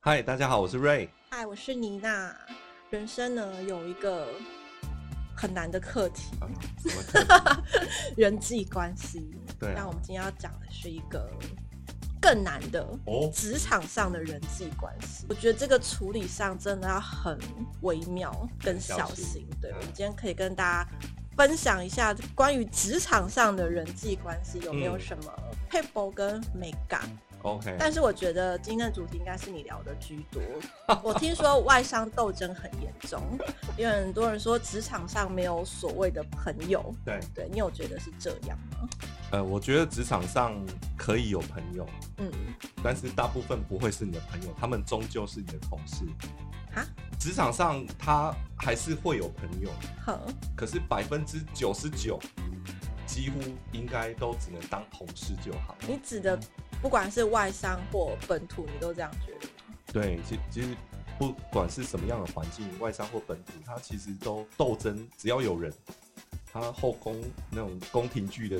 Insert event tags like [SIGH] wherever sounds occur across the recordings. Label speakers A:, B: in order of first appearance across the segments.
A: 嗨，大家好，我是 Ray。
B: 嗨，我是妮娜。人生呢有一个很难的课题，
A: [LAUGHS] 啊什么特辑
B: 人际关系。
A: 对啊
B: 那我们今天要讲的是一个更难的
A: 哦
B: 职场上的人际关系。我觉得这个处理上真的要很微妙跟小
A: 小心
B: 心。对，
A: 嗯
B: 我们今天可以跟大家分享一下关于职场上的人际关系有没有
A: 嗯
B: 什么 p e b l e 跟美感。
A: OK，
B: 但是我觉得今天的主题应该是你聊的居
A: [LAUGHS]
B: 多。我听说外商斗争很严重， [LAUGHS] 因为很多人说职场上没有所谓的朋友。
A: 对，
B: 对你有觉得是这样吗？
A: 呃，我觉得职场上可以有朋友，
B: 嗯，
A: 但是大部分不会是你的朋友，他们终究是你的同事。
B: 啊，
A: 职场上他还是会有朋友，
B: 好，
A: 可是百分之九十九几乎应该都只能当同事就好。
B: 你指的不管是外商或本土，你都这样觉得吗？
A: 对，其其实不管是什么样的环境，外商或本土，它其实都斗争，只要有人，它后宫那种宫廷剧的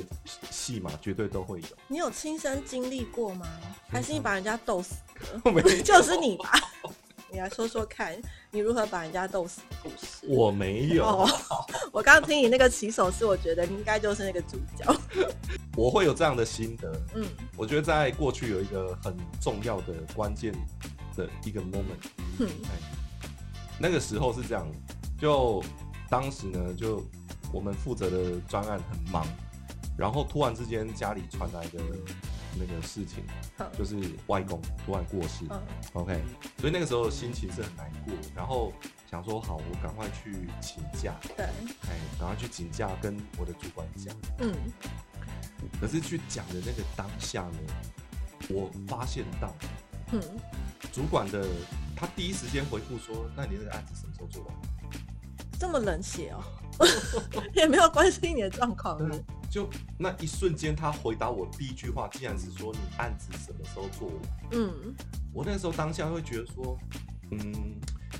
A: 戏码绝对都会有。
B: 你有亲身经历过吗？还是你把人家斗死
A: [LAUGHS]
B: 的？
A: 没有
B: [LAUGHS] 就是你吧？你来说说看，你如何把人家斗死的故事？
A: 我没有，
B: [LAUGHS] 哦，我刚刚听你那个起手式，我觉得你应该就是那个主角。
A: 我会有这样的心得。
B: 嗯，
A: 我觉得在过去有一个很重要的关键的一个 moment，哎
B: 哼
A: 那个时候是这样，就当时呢，就我们负责的专案很忙，然后突然之间家里传来的那个事情，
B: 好
A: 就是外公突然过世。
B: 嗯
A: OK，所以那个时候心情是很难过，然后想说好，我赶快去请假，
B: 对，
A: 哎，赶快去请假跟我的主管讲。
B: 嗯，
A: 可是去讲的那个当下呢，我发现到
B: 嗯，
A: 主管的他第一时间回复说：“那你那个案子什么时候做完
B: 这么冷血 [LAUGHS] 哦，也没有关心你的状况？”
A: 对啊，就那一瞬间，他回答我第一句话竟然是说：“你案子什么时候做完？”
B: 嗯，
A: 我那时候当下会觉得说，嗯，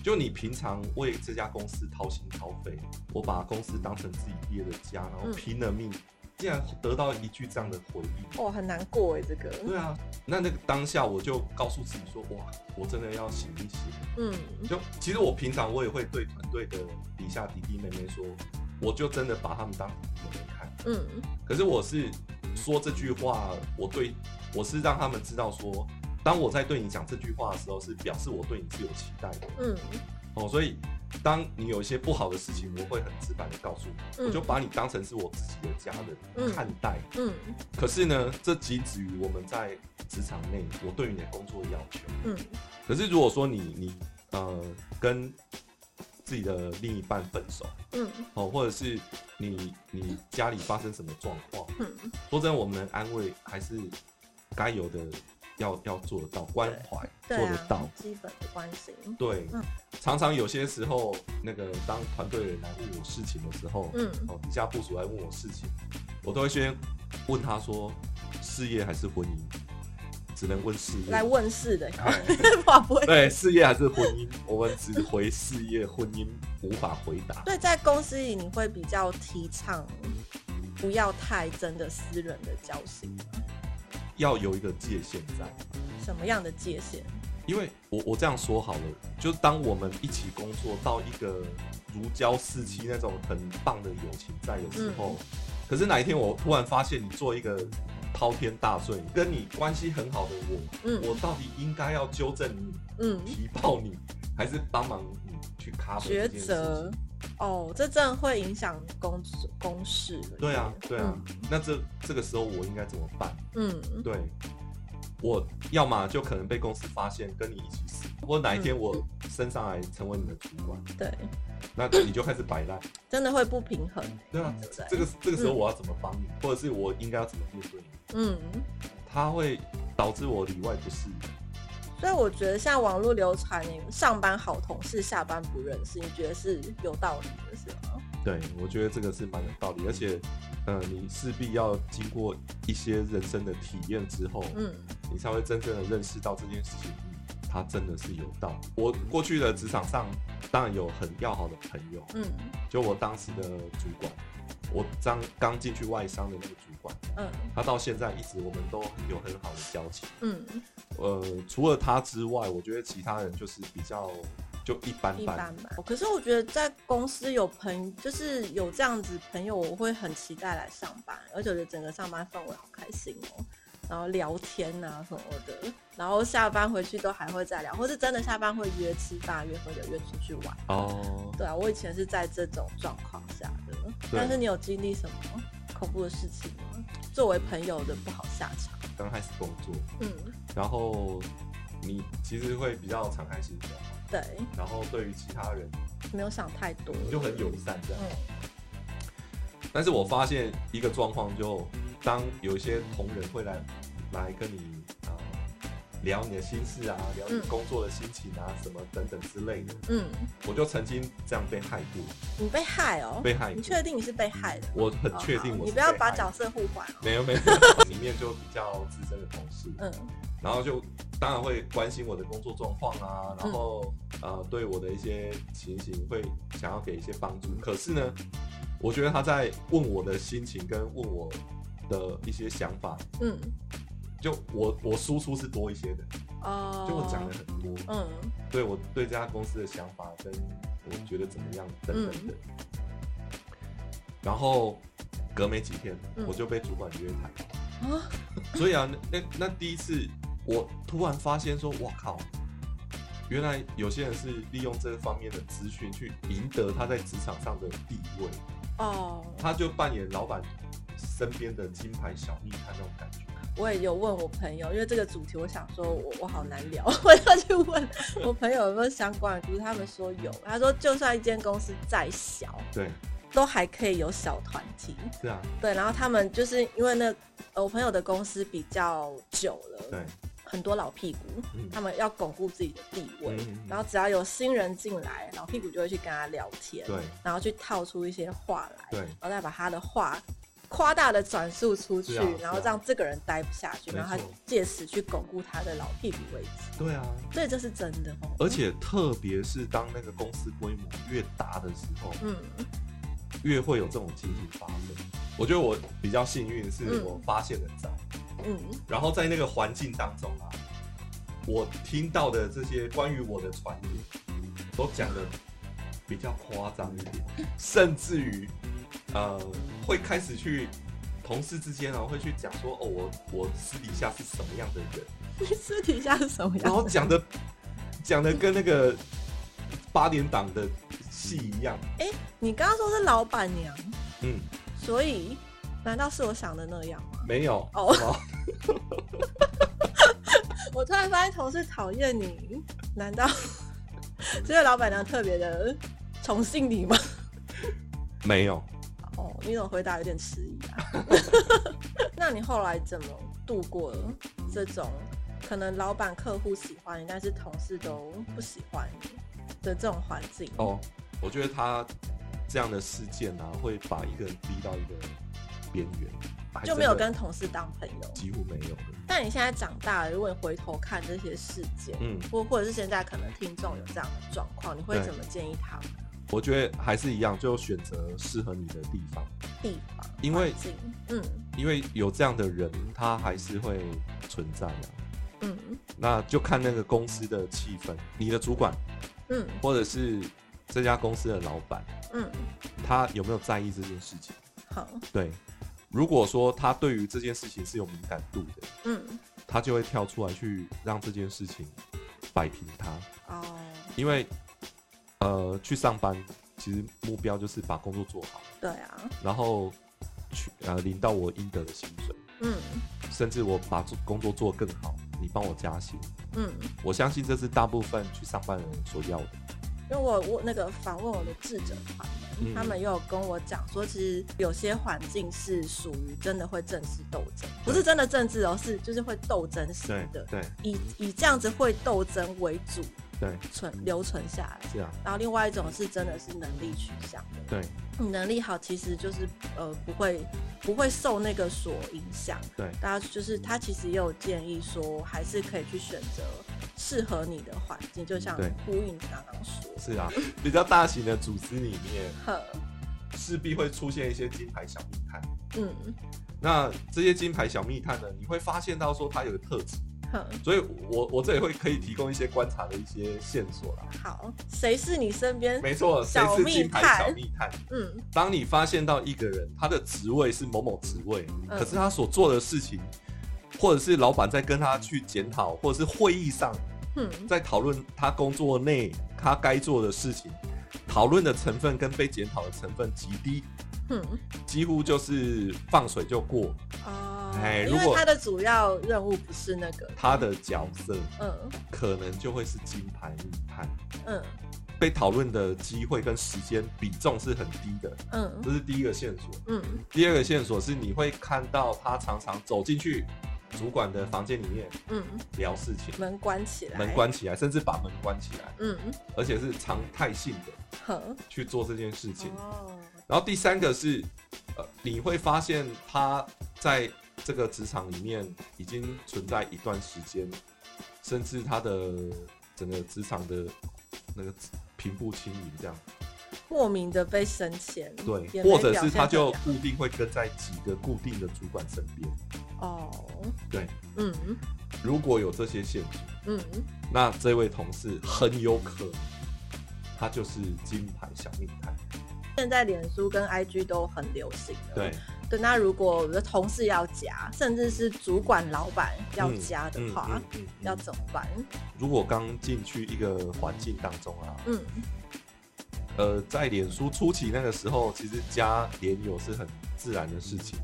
A: 就你平常为这家公司掏心掏肺，我把公司当成自己毕业的家，然后
B: 嗯
A: 拼了命，竟然得到一句这样的回应。
B: 哇，很难过哎，这个，
A: 对啊，那那个当下我就告诉自己说，哇，我真的要醒一醒。
B: 嗯，
A: 就其实我平常我也会对团队的底下弟弟妹妹说，我就真的把他们当弟弟妹妹看。
B: 嗯，
A: 可是我是说这句话，我对我是让他们知道说，当我在对你讲这句话的时候，是表示我对你是有期待的
B: 嗯，
A: 哦。所以，当你有一些不好的事情，我会很直白的告诉你，
B: 嗯
A: 我就把你当成是我自己的家人、
B: 嗯
A: 看待。
B: 嗯，
A: 可是呢，这仅止于我们在职场内我对你的工作要求。
B: 嗯，
A: 可是如果说你你呃跟自己的另一半分手
B: 嗯，
A: 哦，或者是你你家里发生什么状况。
B: 嗯，
A: 说真的，我们能安慰还是该有的要要做得到，关怀做
B: 对
A: 得
B: 啊
A: 到，。
B: 基本的关心，
A: 对
B: 嗯，
A: 常常有些时候，那个当团队人来问我事情的时候，
B: 嗯
A: 哦，底下部署来问我事情，我都会先问他说，事业还是婚姻？只能问事业。
B: 来问世的， [LAUGHS]
A: 哎
B: 哇，不会。
A: 对，事业还是婚姻？我们只回事业，婚姻无法回答。
B: 所以在公司里，你会比较提倡不要太真的私人的交心，
A: 要有一个界限在。
B: 什么样的界限？
A: 因为我我这样说好了，就当我们一起工作到一个如胶似漆那种很棒的友情在的时候，
B: 嗯
A: 可是哪一天我突然发现你做一个滔天大罪，跟你关系很好的我，
B: 嗯
A: 我到底应该要纠正你、
B: 嗯，
A: 提报你，还是帮忙你去 cover 这
B: 抉
A: 件事
B: 择
A: 情？
B: 哦，这真的会影响公司公事。
A: 对啊，对啊，那这这个时候我应该怎么办？
B: 嗯，嗯，
A: 对，我要么就可能被公司发现跟你一起死，或哪一天
B: 嗯
A: 我升上来成为你的主管。
B: 对，
A: 那你就开始摆烂，
B: 真的会不平衡。
A: 对啊
B: 对不对，
A: 这个这个时候我要怎么帮你，或者是我应该要怎么面对你，
B: 嗯，
A: 它会导致我里外不是人。
B: 所以我觉得像网络流传，你上班好同事，下班不认识，你觉得是有道理的是吗？
A: 对，我觉得这个是蛮有道
B: 嗯
A: 理，而且，呃，你势必要经过一些人生的体验之后，
B: 嗯
A: 你才会真正的认识到这件事情，嗯它真的是有道理。我过去的职场上，当然有很要好的朋友，
B: 嗯
A: 就我当时的主管，我刚刚进去外商的那个主管，
B: 嗯
A: 他到现在一直我们都有很好的交情。
B: 嗯，
A: 呃，除了他之外，我觉得其他人就是比较就一般
B: 一
A: 般。
B: 般吧。可是我觉得在公司有朋，就是有这样子朋友，我会很期待来上班，而且我觉得整个上班氛围好开心哦。然后聊天啊什么的，然后下班回去都还会再聊，或是真的下班会约吃饭、约喝酒、约出去玩。
A: 哦，
B: 对啊，我以前是在这种状况下的。
A: 对
B: 但是你有经历什么恐怖的事情吗？作为朋友的不好下场。
A: 刚开始工作，
B: 嗯，
A: 然后你其实会比较敞开心胸，
B: 对，
A: 然后对于其他人
B: 没有想太多。
A: 你就很友善这样。
B: 嗯
A: 但是我发现一个状况就，当有一些同仁会来来跟你啊、呃聊你的心事啊，聊你
B: 嗯
A: 工作的心情啊，什么等等之类的，
B: 嗯，
A: 我就曾经这样被害过，
B: 你被害哦、
A: 被害
B: 你
A: 过。
B: 确定你是被害的？
A: 我很确定
B: 哦好
A: 我是被害的、
B: 你不要把角色互换哦。
A: 没有没有，里面就比较资深的同事，
B: 嗯
A: 然后就当然会关心我的工作状况
B: 嗯
A: 啊，然后、呃对我的一些情形会想要给一些帮助。可是呢，我觉得他在问我的心情跟问我的一些想法，
B: 嗯
A: 就我我输出是多一些的，
B: 哦，
A: 就我讲了很多，
B: 嗯
A: 对我对这家公司的想法跟我觉得怎么样等等的。
B: 嗯
A: 然后隔没几天，
B: 嗯
A: 我就被主管约谈。
B: 啊
A: 所以啊，那那那第一次，我突然发现说，哇靠，原来有些人是利用这方面的资讯去赢得他在职场上的地位，
B: 哦，
A: 他就扮演老板身边的金牌小密探那种感觉。
B: 我也有问我朋友，因为这个主题，我想说我我好难聊， [LAUGHS] 我要去问我朋友有没有相关的故事，他们说有，他说就算一间公司再小，
A: 对，
B: 都还可以有小团体。
A: 是啊，
B: 对，然后他们就是因为那呃我朋友的公司比较久了，
A: 对，
B: 很多老屁股，
A: 嗯
B: 他们要巩固自己的地位，
A: 嗯嗯
B: 然后只要有新人进来，老屁股就会去跟他聊天，
A: 对
B: 然后去套出一些话来，
A: 对
B: 然后再把他的话。夸大的转述出去，
A: 是啊
B: 然后
A: 是啊
B: 让这个人待不下
A: 没
B: 去，
A: 错
B: 然后他借此去巩固他的老屁股位置，
A: 对啊。
B: 所以这是真的哦。
A: 而，且特别是当那个公司规模越大的时候，
B: 嗯
A: 越会有这种情形发生。我觉得我比较幸运，是
B: 嗯
A: 我发现的早。
B: 嗯 [LAUGHS]
A: 然后在那个环境当中啊，我听到的这些关于我的传言，都讲的比较夸张一点，甚至于呃会开始去同事之间啊会去讲说哦我我私底下是什么样的人，
B: 你私底下是什么
A: 然
B: 样？
A: 后讲的讲的跟那个八点档的戏一样，
B: 哎、你刚刚说是老板娘，
A: 嗯，
B: 所以难道是我想的那样吗？ [LAUGHS]
A: 没有好
B: 哦
A: 不好
B: 我突然发现同事讨厌你，难道 [LAUGHS] 这个老板娘特别的宠幸你吗？
A: 没有，
B: 哦，你怎么回答有点迟疑啊？那你后来怎么度过了这种可能老板、客户喜欢你，但是同事都不喜欢你的这种环境？
A: 哦，我觉得他这样的事件啊，会把一个人逼到一个边缘，还
B: 就没有
A: 真的
B: 跟同事当朋友。
A: 几乎没有的。
B: 但你现在长大了，如果你回头看这些事件，
A: 嗯，
B: 或或者是现在可能听众有这样的状况，你会
A: 对
B: 怎么建议他们
A: 我觉得还是一样，就选择适合你的地方，
B: 地方？
A: 因为
B: 环境嗯
A: 因为有这样的人，他还是会存在的、
B: 嗯
A: 那就看那个公司的气氛，你的主管
B: 嗯
A: 或者是这家公司的老板，
B: 嗯，
A: 他有没有在意这件事情？
B: 好，
A: 对，如果说他对于这件事情是有敏感度的，
B: 嗯
A: 他就会跳出来去让这件事情摆平它。
B: 哦，
A: 因为呃，去上班其实目标就是把工作做好，
B: 对啊，
A: 然后去呃领到我应得的薪水，
B: 嗯
A: 甚至我把做工作做得更好，你帮我加薪。
B: 嗯，
A: 我相信这是大部分去上班的人所要的。
B: 因为我我那个访问我的智者团们，
A: 嗯
B: 他们也有跟我讲说，其实有些环境是属于真的会政治斗争，不是真的政治哦，是就是会斗争型的，
A: 对
B: 以以这样子会斗争为主
A: 对，
B: 存留存下来。
A: 是啊，
B: 然后另外一种是真的是能力取向的，
A: 对
B: 你能力好，其实就是呃不会不会受那个所影响。
A: 对
B: 大家就是他其实也有建议说，还是可以去选择适合你的环境，就像
A: 对
B: 呼应你刚刚说。
A: 是啊。比较大型的组织里面，
B: 呵，
A: 势必会出现一些金牌小密探。
B: 嗯，
A: 那这些金牌小密探呢，你会发现到说它有个特质，
B: 好，
A: 所以我我这里会可以提供一些观察的一些线索啦。
B: 好，谁是你身边？
A: 没错，谁
B: 嗯小
A: 是
B: 密
A: 金牌
B: 探
A: 小密探？
B: 嗯
A: 当你发现到一个人他的职位是某某职位，
B: 嗯
A: 可是他所做的事情，或者是老板在跟他去检讨，或者是会议上
B: 嗯
A: 在讨论他工作内他该做的事情，讨论的成分跟被检讨的成分极低，
B: 嗯，
A: 几乎就是放水就过
B: 哦，
A: 哎
B: 因
A: 如
B: 为
A: 果
B: 他的主要任务不是那个，
A: 他的角色，
B: 嗯
A: 可能就会是金牌密探，
B: 嗯
A: 被讨论的机会跟时间比重是很低的，
B: 嗯
A: 这是第一个线索。
B: 嗯
A: 第二个线索是你会看到他常常走进去主管的房间里面
B: 嗯，
A: 聊事情，
B: 门关起来，
A: 门，关起来，甚至把门关起来，
B: 嗯，
A: 而且是常态性的
B: 哼，
A: 去做这件事情。
B: 哦，
A: 然后第三个是，呃，你会发现他在这个职场里面已经存在一段时间，甚至他的整个职场的那个平步青云这样。
B: 莫名的被升迁，
A: 对，
B: 也没
A: 或者
B: 表
A: 是
B: 现
A: 他就
B: 怎样
A: 固定会跟在几个固定的主管身边。
B: 哦，
A: 对，
B: 嗯
A: 如果有这些线索，
B: 嗯，
A: 那这位同事很有可能他就是金牌小命探。
B: 现在脸书跟 IG 都很流行的，
A: 对，
B: 对，那如果我的同事要加，甚至是主管、老板要加的话，
A: 嗯嗯嗯嗯
B: 要怎么办？
A: 如果刚进去一个环境当中啊，
B: 嗯
A: 呃，在脸书初期那个时候，其实加脸友是很自然的事情。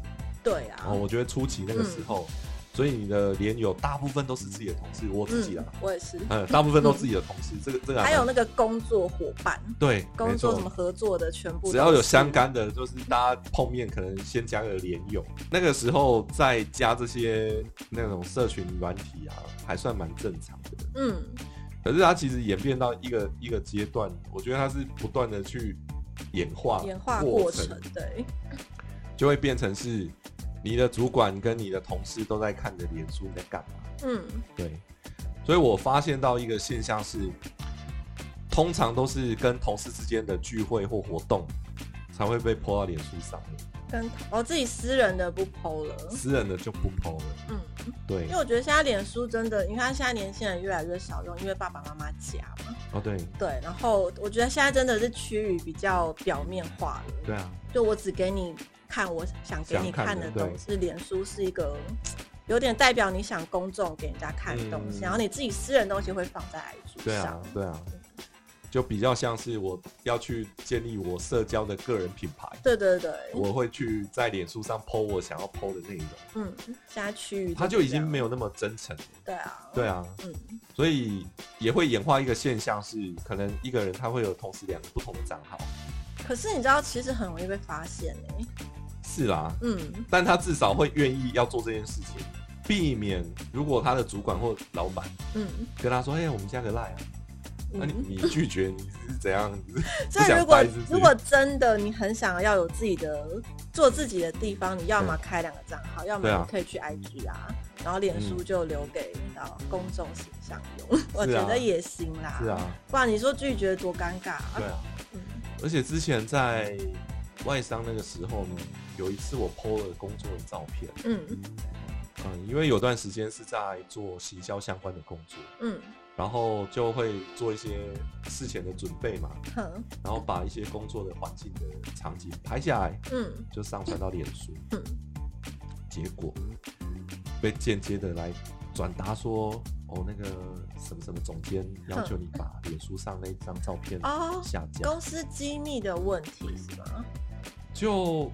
B: 对啊，
A: 哦，我觉得初期那个时候，
B: 嗯
A: 所以你的脸友大部分都是自己的同事，我自己啊
B: 嗯，，我也是。
A: 嗯，大部分都自己的同事。这个这个
B: 还有
A: 蛮
B: 那个工作伙伴，
A: 对，
B: 工
A: 没
B: 作
A: 错
B: 什么合作的，全部
A: 只要
B: 都
A: 有
B: 是
A: 相，干的，就是大家碰面可能先加个连友，那个时候再加这些那种社群软体啊，还算蛮正常的。
B: 嗯
A: 可是它其实演变到一个一个阶段，我觉得它是不断的去演化，
B: 演化
A: 啊过
B: 过程，对，
A: 就会变成是你的主管跟你的同事都在看着脸书你在干嘛。
B: 嗯
A: 对，所以我发现到一个现象是，通常都是跟同事之间的聚会或活动才会被泼到脸书上面。
B: 跟我、自己私人的不剖 [LAUGHS] 了，
A: 私人的就不抛了。
B: 嗯，
A: 对
B: 因为，我觉得现在脸书真的，你看现在年轻人越来越少用，因为爸爸妈妈加嘛，
A: 哦对，
B: 对，然后我觉得现在真的是趋于比较表面化了，
A: 对啊，
B: 就我只给你看我想给你
A: 想看
B: 看
A: 的
B: 的东西。脸书是一个有点代表你想公众给人家看的东西，
A: 嗯
B: 然后你自己私人东西会放在 IG
A: 对啊，。
B: 上
A: 对啊，就比较像是我要去建立我社交的个人品牌，
B: 对对对，
A: 我会去在脸书上 PO 我想要 PO 的内容，
B: 嗯，现在区域
A: 它就已经没
B: 有
A: 有那么真诚了。
B: 对啊，
A: 对，啊，
B: 嗯
A: 所以也会演化一个现象是，可能一个人他会有同时两个不同的账号，
B: 可是你知道，其实很容易被发现哎、
A: 是啦，
B: 嗯，
A: 但他至少会愿意要做这件事情，避免如果他的主管或老板
B: 嗯
A: 跟他说，哎、我们加个 line 啊，那、
B: 嗯，
A: 你你拒绝你是怎样？你是
B: 所以
A: 想
B: 如果
A: 掰是不是
B: 如果真的你很想要有自己的做自己的地方，你要么开两个账号，要么
A: 对啊
B: 你可以去 IG 啊，然后脸书就留给到公众形象用， [LAUGHS] 我
A: 是啊
B: 觉得也行啦。
A: 是，啊，
B: 不然你说拒绝多尴尬啊。
A: [LAUGHS] 对啊。
B: 嗯
A: 而且之前在外商那个时候呢，有一次我 PO 了工作的照片，
B: 嗯
A: 嗯，因为有段时间是在做行销相关的工作，
B: 嗯，
A: 然后就会做一些事前的准备嘛，
B: 哼
A: 然后把一些工作的环境的场景拍下来，
B: 嗯
A: 就上传到脸书，
B: 嗯，
A: 结果被间接的来转达说，哦，那个什么什么总监要求你把脸书上那张照片
B: 哦
A: 下架。
B: 公司机密的问题是吗？
A: 就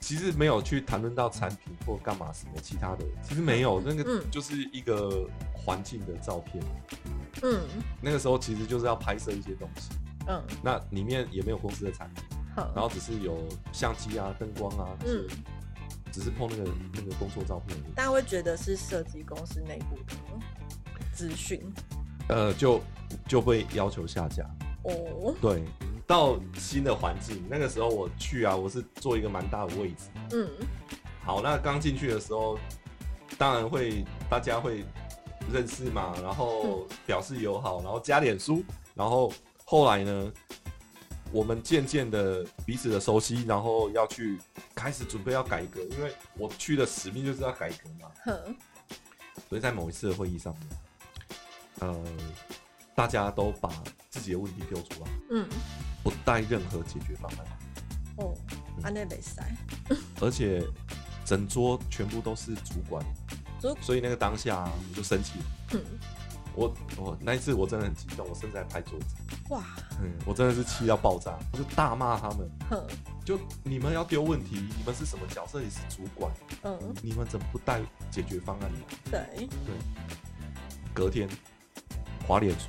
A: 其实没有去谈论到产品或干嘛什么其他的，其实没有，那个
B: 嗯
A: 就是一个环境的照片。
B: 嗯
A: 那个时候其实就是要拍摄一些东西，
B: 嗯，
A: 那里面也没有公司的产品，然
B: 好，
A: 后只是有相机啊、灯光啊，那些
B: 嗯，
A: 只是碰那个那个工作照片而已。
B: 大家会觉得是涉及公司内部的资讯
A: 呃，就就被要求下架。
B: 哦，
A: 对，到新的环境，那个时候我去啊，我是坐一个蛮大的位置，
B: 嗯。
A: 好，那刚进去的时候，当然会大家会认识嘛，然后表示友好，然后加脸书，然后后来呢，我们渐渐的彼此的熟悉，然后要去开始准备要改革，因为我去的使命就是要改革嘛。
B: 哼，
A: 所以在某一次的会议上面，呃，大家都把自己的问题丢出来，
B: 嗯，
A: 啊不带任何解决方案，
B: 哦，安内北塞，
A: 而且整桌全部都是主管
B: 主，
A: 所以那个当下啊我就生气了。
B: 嗯，
A: 我我那一次我真的很激动，我甚至还拍桌子，
B: 哇，
A: 嗯，我真的是气到爆炸，我就大骂他们，
B: 哼，
A: 就你们要丢问题，你们是什么角色？你是主管，
B: 嗯，
A: 你们怎么不带解决方案来？
B: 对，
A: 隔天，滑脸书，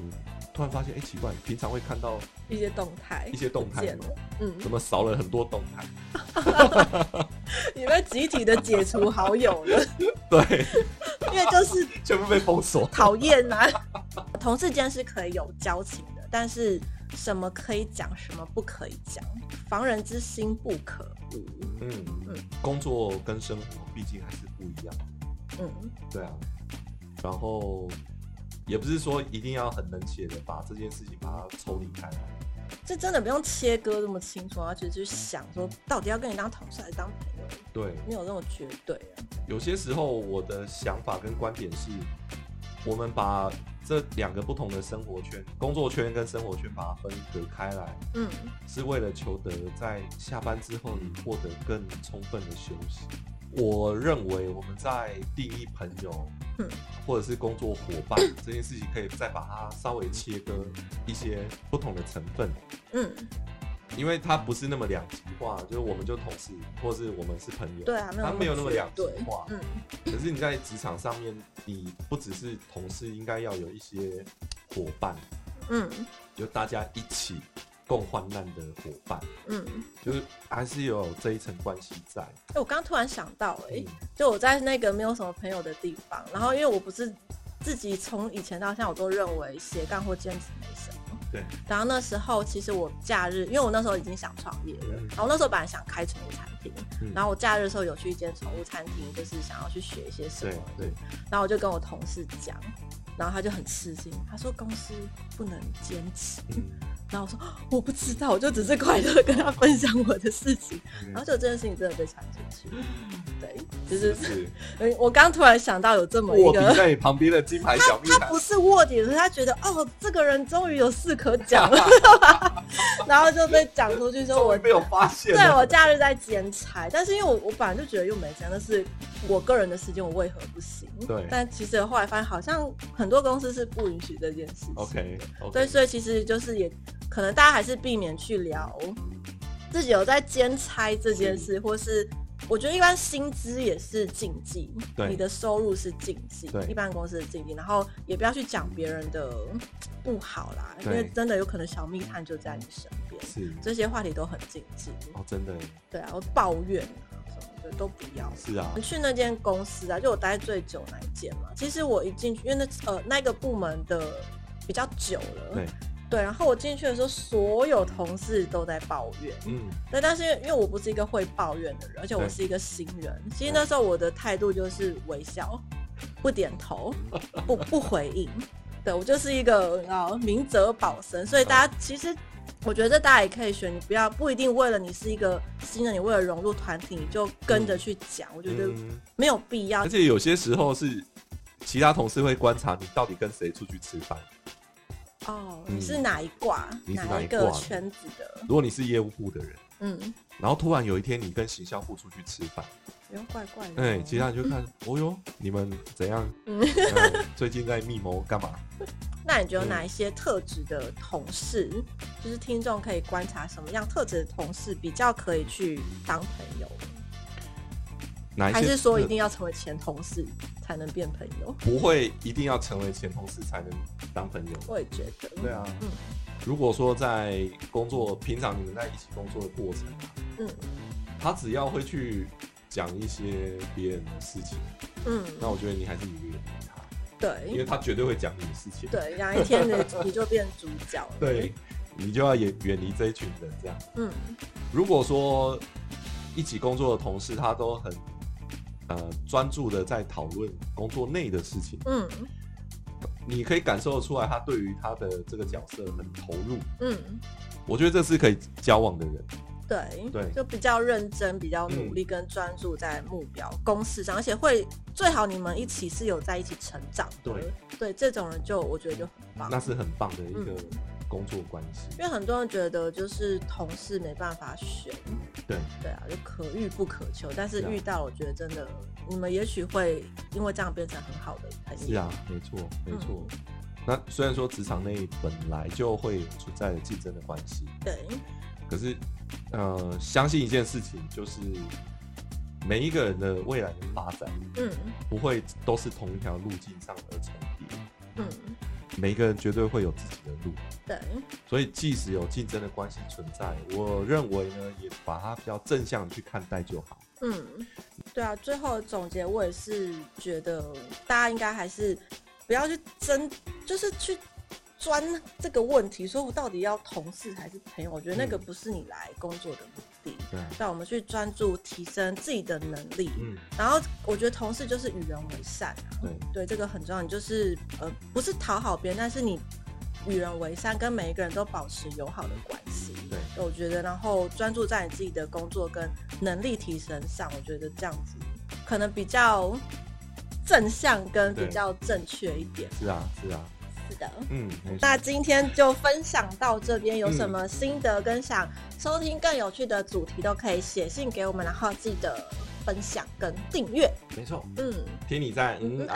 A: 突然发现，哎、奇怪，平常会看到
B: 一些动态
A: 一，些动态嘛
B: 不见，嗯，
A: 怎么少了很多动态？
B: [LAUGHS] 你被集体的解除好友了，
A: [LAUGHS] 对，
B: 因为就是
A: 全部被封锁。
B: 讨厌啊。 [LAUGHS] 同事间是可以有交情的，但是什么可以讲，什么不可以讲，防人之心不可无。
A: 嗯
B: 嗯，
A: 工作跟生活毕竟还是不一样。
B: 嗯，
A: 对啊，然后也不是说一定要很冷血的把这件事情把它抽离开来。
B: 这真的不用切割这么清楚，而且去想说到底要跟你当同事还是当朋友，
A: 对，
B: 没有那么绝对啊。
A: 有些时候我的想法跟观点是，我们把这两个不同的生活圈、工作圈跟生活圈把它分隔开来，
B: 嗯，
A: 是为了求得在下班之后你获得更充分的休息。我认为我们在定义朋友
B: 嗯，
A: 或者是工作伙伴这件事情，可以再把它稍微切割一些不同的成分，
B: 嗯，
A: 因为它不是那么两极化，就是我们就同事，或是我们是朋友，
B: 对啊，没有
A: 它没有那么
B: 绝
A: 两极
B: 对
A: 化。
B: 嗯
A: 可是你在职场上面，你不只是同事，应该要有一些伙伴，
B: 嗯
A: 就大家一起共患难的伙伴，
B: 嗯。
A: 就是还是有这一层关系在。
B: 哎、我刚刚突然想到、哎、
A: 嗯
B: 就我在那个没有什么朋友的地方，然后因为我不是自己从以前到现在我都认为斜杠或兼职没什么。
A: 对。
B: 然后那时候其实我假日，因为我那时候已经想创业了，
A: 嗯
B: 然后那时候本来想开宠物餐厅，
A: 嗯
B: 然后我假日的时候有去一间宠物餐厅，就是想要去学一些什么
A: 对，对，
B: 然后我就跟我同事讲，然后他就很吃惊，他说公司不能兼职，
A: 嗯
B: 然后我说哦我不知道，我就只是快乐地跟他分享我的事情。
A: 嗯
B: 然后就这件事情真的被传出去，对，就是
A: 是
B: 嗯我刚突然想到有这么一
A: 卧底
B: 个，
A: 在你旁边的金牌小蜜
B: 他
A: 糖
B: [LAUGHS] 不，是卧底，可是他觉得哦，这个人终于有事可
A: [LAUGHS]
B: 讲了，然后就被讲出去说
A: 终
B: 我
A: 于被我发现
B: 对
A: 了。
B: 我假日在兼差，但是因为我我本来就觉得又没这样，但是我个人的时间我为何不行？
A: 对
B: 但其实后来发现好像很多公司是不允许这件事情
A: OK，
B: [LAUGHS] 对，所以其实就是也可能大家还是避免去聊自己有在兼差这件
A: 嗯
B: 事，或是我觉得一般薪资也是禁忌，
A: 对
B: 你的收入是禁忌
A: 对，
B: 一般公司的禁忌，然后也不要去讲别人的不好啦，因
A: 对
B: 为真的有可能小密探就在你身边，
A: 是
B: 这些话题都很禁忌，
A: 哦，真的
B: 对啊，我抱怨啊什么的都不要。
A: 是啊
B: 我，去那间公司啊，就我待最久那一间嘛。其实我一进去，因为那呃那个部门的比较久了，
A: 对，
B: 对，然后我进去的时候，所有同事都在抱怨。
A: 嗯
B: 对，但是因为因为我不是一个会抱怨的人，而且我
A: 对嗯
B: 是一个新人，其实那时候我的态度就是微笑，不点
A: [LAUGHS]
B: 头，不不回应。对我就是一个啊明哲保身，所以大家
A: 嗯
B: 其实我觉得大家也可以学，你不要不一定为了你是一个新人，你为了融入团体你就跟着去讲，我觉得
A: 嗯，
B: 没有必要
A: 而。且有些时候是其他同事会观察你到底跟谁出去吃饭。
B: 哦，
A: 嗯
B: 你是哪一挂，
A: 你是哪
B: 一
A: 一
B: 个
A: 挂的
B: 圈子的？
A: 如果你是业务部的人，
B: 嗯，
A: 然后突然有一天你跟行销部出去吃饭，
B: 不用怪怪的哦。
A: 哎、其他人就看，哦哟，你们怎样？
B: 嗯
A: 呃 [LAUGHS] 最近在密谋干嘛？
B: 那你觉得哪一些特质的同事，就是听众可以观察什么样特质的同事比较可以去当朋友？
A: 哪一些
B: 还是说一定要成为前同事才能变朋友？
A: 不会一定要成为前同事才能当朋友？
B: 我也觉得，
A: 对啊，
B: 嗯
A: 如果说在工作平常你们在一起工作的过程啊，
B: 嗯
A: 他只要会去讲一些别人的事情，那
B: 嗯，
A: 我觉得你还是远离他，因为
B: 对
A: 他绝对会讲你的事情。
B: 对，哪一天你你就变主角了？
A: 对，你就要远远离这一群人这样。
B: 嗯
A: 如果说一起工作的同事，他都很呃专注的在讨论工作内的事情，
B: 嗯
A: 你可以感受得出来，他对于他的这个角色很投入，
B: 嗯
A: 我觉得这是可以交往的人。
B: 对
A: 对嗯
B: 就比较认真、比较努力跟专注在目标、公式上，而且会最好你们一起是有在一起成长的。
A: 对
B: 对，这种人就我觉得就很棒。
A: 那是很棒的一个工作关系。
B: 因为很多人觉得就是同事没办法选，
A: 对
B: 对啊，就可遇不可求。但是
A: 是啊
B: 遇到，我觉得真的，你们也许会因为这样变成很好的朋友。
A: 是啊，没错，没错。那虽然说职场内本来就会有存在的竞争的关系，
B: 对，
A: 可是呃，相信一件事情就是，每一个人的未来的发展
B: 嗯
A: 不会都是同一条路径上而重叠，
B: 嗯，
A: 每一个人绝对会有自己的路。
B: 对，
A: 所以，即使有竞争的关系存在，我认为呢，也把它比较正向地去看待就好。
B: 嗯，对啊。最后总结，我也是觉得大家应该还是不要去争，就是去钻这个问题，说我到底要同事还是朋友？我觉得那个
A: 嗯
B: 不是你来工作的目的。
A: 对，
B: 让我们去专注提升自己的能力，
A: 嗯，
B: 然后我觉得同事就是与人为善啊，
A: 对，
B: 这个很重要。你就是呃，不是讨好别人，但是你与人为善，跟每一个人都保持友好的关系。
A: 对，
B: 我觉得，然后专注在你自己的工作跟能力提升上，我觉得这样子可能比较正向跟比
A: 对
B: 较正确一点。
A: 是啊，是啊，
B: 是的。
A: 嗯，没错
B: 那今天就分享到这边，有什么心得跟想收听更有趣的主题，都可以写信给我们，然后记得分享跟订阅。
A: 没错，
B: 嗯，
A: 听你在，
B: 嗯
A: 嗯